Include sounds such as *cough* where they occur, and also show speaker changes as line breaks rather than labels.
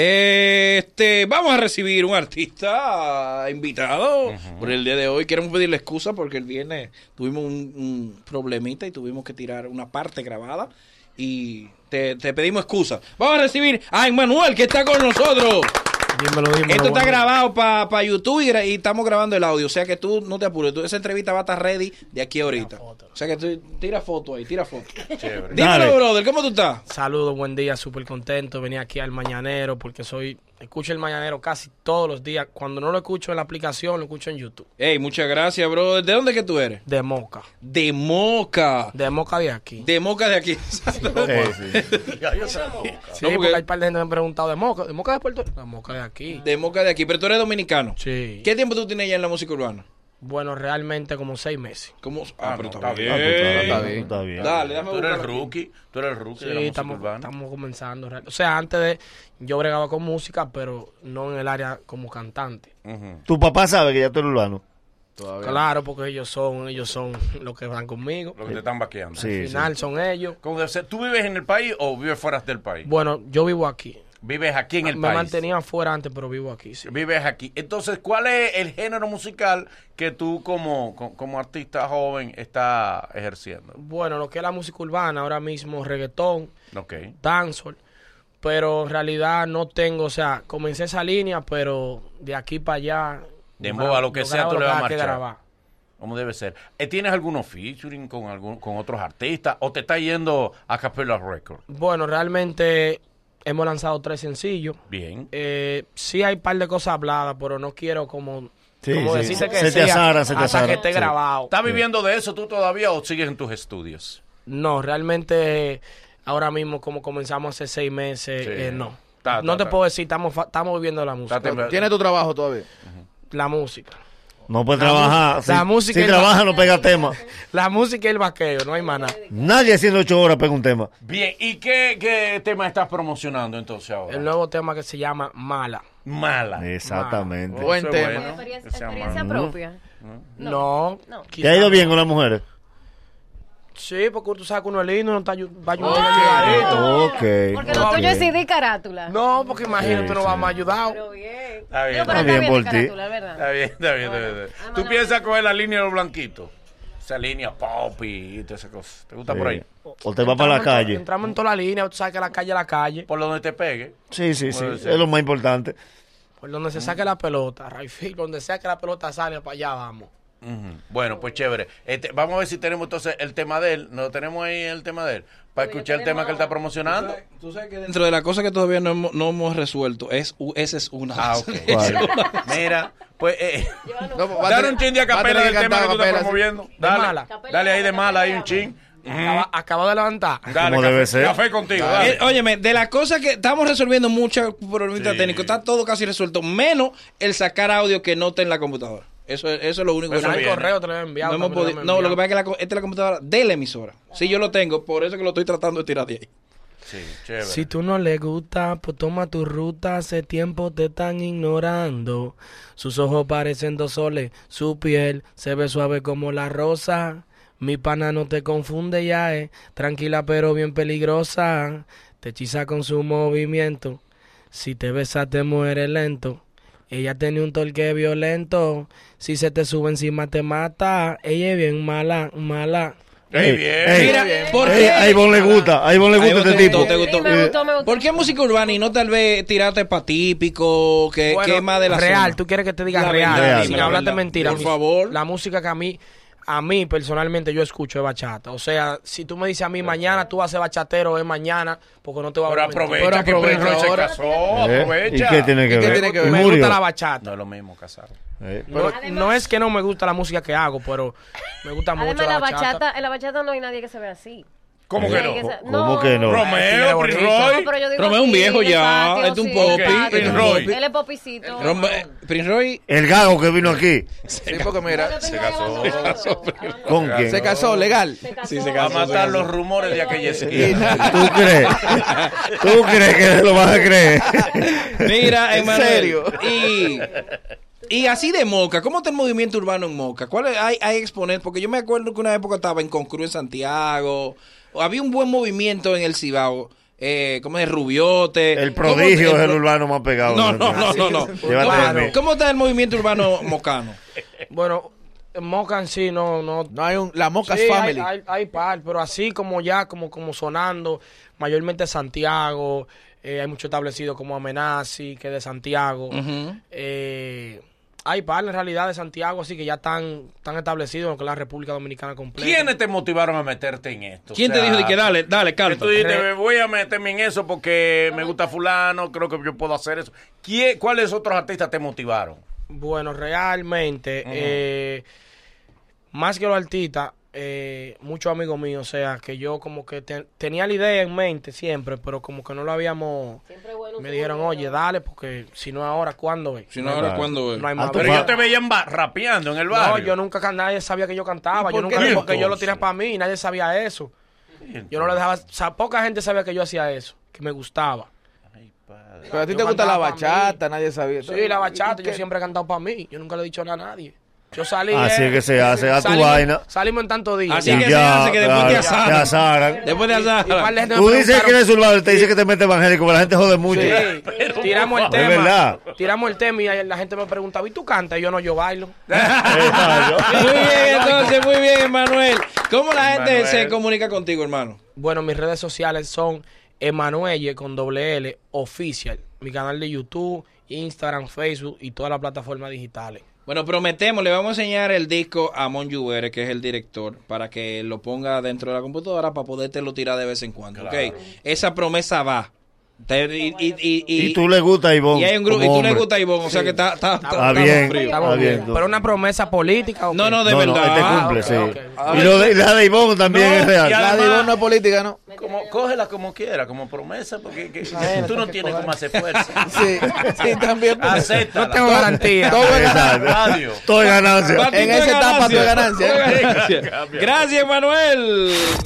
Este, vamos a recibir un artista invitado por el día de hoy. Queremos pedirle excusa porque el viernes tuvimos un, un problemita y tuvimos que tirar una parte grabada y te, te pedimos excusa. Vamos a recibir a Emmanuel que está con nosotros.
Dímelo, dímelo,
Esto está
bueno.
grabado para YouTube y, gra- y estamos grabando el audio. O sea que tú no te apures. Tú, esa entrevista va a estar ready de aquí a ahorita.
foto.
O sea que tú tira foto ahí, tira foto.
Chévere.
Dímelo, brother, ¿cómo tú estás?
Saludos, buen día, súper contento. Venía aquí al Mañanero porque soy. Escucho el Mañanero casi todos los días. Cuando no lo escucho en la aplicación, lo escucho en YouTube.
Ey, muchas gracias, brother. ¿De dónde que tú eres?
De Moca.
De Moca.
De Moca de aquí.
De Moca de
*laughs*
aquí.
Sí, sí.
sí,
no,
porque...
porque-
hay un par de gente que me han preguntado: ¿de Moca? ¿De Moca de Puerto Rico? De Moca de aquí.
De Moca de aquí. Pero tú eres dominicano.
Sí.
Mm. ¿Qué tiempo tú tienes ya en la música urbana?
Bueno, realmente como seis meses.
¿Cómo? Ah, pero
no,
está
pues está
bien.
bien,
está bien.
Está bien.
Dale, dame
Tú eres el
buscar aquí.
rookie, tú eres el rookie
Sí,
de la música
estamos,
urbana.
estamos comenzando. real- O sea, antes de. Yo bregaba con música, pero no en el área como cantante.
Tu papá sabe que ya tú eres urbano.
Claro, porque ellos son, ellos son los que van conmigo.
Lo que te están vaqueando.
Sí.
Al final son ellos.
¿Cómo debe ser? ¿Tú vives en el país o vives fuera del país?
Bueno, yo vivo aquí.
Vives aquí en el
Me
país.
mantenía afuera antes, pero vivo aquí, sí.
Vives aquí. Entonces, ¿cuál es el género musical que tú como, co- como artista joven estás ejerciendo?
Bueno, lo que es la música urbana, ahora mismo reggaetón,
Ok.
dancehall, pero en realidad no tengo, o sea, comencé esa línea, pero de aquí para allá...
Dembow,
grabo-
a lo que sea,
grabo
tú le
que
vas a
haya que
marchar.
grabar.
¿Cómo debe ser? Eh, ¿Tienes algunos featuring con algún, con otros artistas o te está yendo a Capella Record?
Bueno, realmente hemos lanzado tres sencillos.
Bien.
Eh, sí hay un par de cosas habladas, pero no quiero como,
Sí,
como
sí.
decirte que
Se te
sea
azara, se te
hasta
azara,
que esté
sí.
grabado.
¿Estás viviendo de eso tú todavía o sigues en tus estudios?
No, realmente ahora mismo como comenzamos hace seis meses,
Sí.
eh, no.
Ta, ta,
no te
ta.
puedo decir, estamos, fa- estamos viviendo la música.
Ta, ta.
Tiene tu trabajo todavía.
La música.
No puede trabajar.
la
si,
música
si
es
trabaja, no pega tema.
La música y el vaqueo, no hay más nada.
Nadie haciendo ocho horas pega un tema.
Bien, ¿y qué, qué tema estás promocionando entonces ahora?
El nuevo tema que se llama Mala.
Mala.
Exactamente.
Buen
Eso es
tema.
bueno.
Experien-
Ese es
experiencia
malo.
propia.
No.
no.
¿Te ha ido bien con las mujeres?
Sí, porque tú sabes que uno es lindo, no está ayu- va a ayudar.
Ah.
Eh,
Ok.
Porque lo
ok.
tuyo es CD carátula.
No, porque imagínate,
Sí,
no
sí.
vamos a ayudar.
Pero bien.
Está bien.
Digo, pero
Está bien por
de
ti.
carátula, es ¿verdad?
Está bien, está bien, está bien.
Ah,
¿Tú
no,
piensas coger la línea de los blanquitos? Esa línea popi y todas esas cosas. ¿Te gusta por ahí?
O te vas
Entramos
para la
en to-
calle.
Entramos en toda la línea, tú sabes que la calle es la calle.
Por donde te pegue.
Sí, sí, sí.
Puede
Es
ser.
lo más importante.
Por donde se saque la pelota, Rayfield, donde sea que la pelota sale, para allá vamos.
Ujú. Bueno, pues chévere. Este, vamos a ver si tenemos entonces el tema de él. ¿No tenemos ahí el tema de él? Para escuchar el tema que él está promocionando.
Tú sabes que dentro de la cosa que todavía no hemos, no hemos resuelto, es, u- esa es una.
Ah, ok.
*laughs*
Mira, pues eh,
No, va a
dar
tener-
un chin de
va a tener
acapela
que
del tema
cantar
que tú estás
acapela, sí.
promoviendo. Dale,
mala.
dale ahí de mala, ahí un chin.
Acaba, acaba de levantar.
Dale,
Como
café,
debe ser.
café
*laughs*
contigo.
Eh,
Dale.
óyeme, de las cosas que estamos resolviendo muchos problemas
Sí.
técnicos, está todo casi resuelto, menos el sacar audio que no está en la computadora. Eso, es- eso es lo único
Eso
que
el
viene.
correo te lo he enviado.
no, hemos
también
podi-
he
no, lo que
enviado.
pasa es que la co- esta es la computadora de la emisora. Sí, yo lo tengo, por eso que lo estoy tratando de tirar de ahí.
Sí, chévere.
Si tú no le gusta, pues toma tu ruta. Hace tiempo te están ignorando. Sus ojos parecen dos soles. Su piel se ve suave como la rosa. Mi pana no te confunde ya, es tranquila pero bien peligrosa. Te hechiza con su movimiento. Si te besas te muere lento. Ella tiene un torque violento. Si se te sube encima te mata. Ella es bien mala, mala.
Ey, bien.
ey,
Mira,
ey,
¿por
ey,
qué?
a Ivonne le gusta. A Ivonne le
Ahí
gusta
te
este tipo.
gustó, te gustó.
Sí, me gustó, Eh, me gustó.
Eh, ¿Por qué música urbana y no tal vez tirarte para típico? Que,
Bueno,
que es más de la
real,
zona?
tú quieres que te diga
La
real,
verdad,
sin
dime la
hablarte
verdad.
mentira.
Por
Mi-
favor.
La música que a mí, a mí personalmente yo escucho es bachata. O sea, si tú me dices a mí mañana tú vas a ser bachatero, es mañana, porque no te va a
Pero
hablar mentira.
Pero
aprovecha, que
aprovecha
Prince Royce se
ahora.
casó,
Eh, ¿Y
aprovecha.
qué tiene que
¿Y qué
ver?
tiene que
Y
ver?
Me
murió.
gusta la bachata.
No es lo mismo casar.
Eh,
No, no es que no me gusta la música que hago, pero me gusta mucho
Además,
la
la
bachata.
bachata, en la bachata no hay nadie que se vea así.
¿Cómo que
Tiene
no?
que ser-
¿Cómo que no?
Romeo, Prince
Bonito.
Roy.
yo digo
Romeo es un
así,
viejo
en el
ya,
patio,
es de un
sí, en el
popi,
patio.
Prince Roy.
Él es popicito.
Rombo- eh, Prince Roy,
El gago que vino aquí.
Sí, porque mira,
Se casó. Se casó.
¿Con quién?
se casó legal.
Sí, se
Va a
casó.
matar los rumores de aquella esquina.
¿Tú crees? ¿Tú crees que lo vas a creer?
*laughs*
mira,
¿En
Emanuel,
serio?
Y, y así de Moca, ¿cómo está el movimiento urbano en Moca? ¿Cuál es- hay, hay exponentes? Porque yo me acuerdo que una época estaba en Concru en Santiago, o había un buen movimiento en el Cibao. eh, ¿cómo es? Rubiote.
El
¿Cómo-
prodigio es el
pro-
urbano más pegado.
No,
del
no, no,
país.
no. no.
Llévate
¿Cómo,
de mí.
cómo está el movimiento urbano mocano?
Bueno, Moca en sí no, no.
No hay un. La Mocas
Sí, hay-
Family.
Hay, hay par, pero así como ya, como, como sonando, mayormente Santiago, eh, hay mucho establecido como Amenazi, que es de Santiago.
Ujú.
Eh, hay par en realidad de Santiago, así que ya están, están establecidos en lo que es la República Dominicana completa.
¿Quiénes te motivaron a meterte en esto?
¿Quién
O sea,
te dijo de que dale, dale, Eh,
Que
canta?
tú dijiste, me voy a meterme en eso porque me gusta fulano, creo que yo puedo hacer eso. ¿Quién- ¿Cuáles otros artistas te motivaron?
Bueno, realmente, eh, más que los artistas, eh, muchos amigos míos, o sea, que yo como que te- tenía la idea en mente siempre, pero como que no lo habíamos...
Siempre bueno.
Me dijeron, oye, dale, porque si no es ahora, ¿cuándo? eh?
Si no, ahora
Claro.
cuando...
No hay
Ah,
más.
tú
Pero
pa-
yo te veía en ba- rapeando en el
No,
barrio.
yo nunca, can- nadie sabía que yo cantaba.
¿Y
Yo
por
nunca,
qué?
porque yo lo tiré
Entonces.
para mí y nadie sabía eso. Yo no le dejaba, o sea, poca gente sabía que yo hacía eso, que me gustaba.
Pero a ti
Yo
te gusta la
cantaba pa'
bachata, nadie sabía.
Sí, la bachata,
¿Y
yo
qué?
siempre he cantado para mí, yo nunca le he dicho nada a nadie. Yo salí.
Así
eh,
que se hace, a tu
salimos-
vaina.
Salimos en tantos días.
Así
Y
que se hace que después te asaran.
te asaran.
Después de
Y un par de
azar.
gente me
Tú dices que
preguntaron-
eres urbano, te dice que te metes evangélico, pero la gente jode
*laughs*
mucho. *laughs*
Sí, tiramos el tema.
por favor. Es verdad.
Tiramos el tema y la gente me preguntaba, ¿y tú cantas? Y yo no, yo bailo. *laughs*
Muy bien, entonces, muy bien, Emanuel. ¿Cómo la gente
Emanuel.
se comunica contigo, hermano?
Bueno, mis redes sociales son Emanuelle con doble L oficial. Mi canal de YouTube, Instagram, Facebook y todas las plataformas digitales.
Bueno, prometemos, le vamos a enseñar el disco a Mon Jubere, que es el director, para que lo ponga dentro de la computadora para podértelo tirar de vez en cuando. ¿ok? Esa promesa va. Te- Y, y- y- y-
Y tú le gusta a Ivonne.
y hay un grupo, y
como
tú le
hombre.
gusta a Ivonne, o sea que está, está,
Está
está-
bien,
frío.
está bien.
Pero una promesa política. ¿o qué?
No, no, de
no,
verdad.
No, este
Ah,
cumple,
ok,
sí.
ok,
Y lo de, la de Ivonne también
No,
es real.
y
La
además-
de Ivonne no es política, ¿no? Ah,
Como, cógela como quiera, como promesa, porque que- tú no tienes cómo hacer fuerza.
*laughs* Sí, sí, también. porque- *laughs*
*laughs* Acéptala.
No tengo garantía.
*laughs*
Todo es
Exacto.
Radio.
Estoy ganancia.
Patito
En
de
esa etapa tú de
ganancia.
ganancia, ¿eh?
Gracias, Emanuel.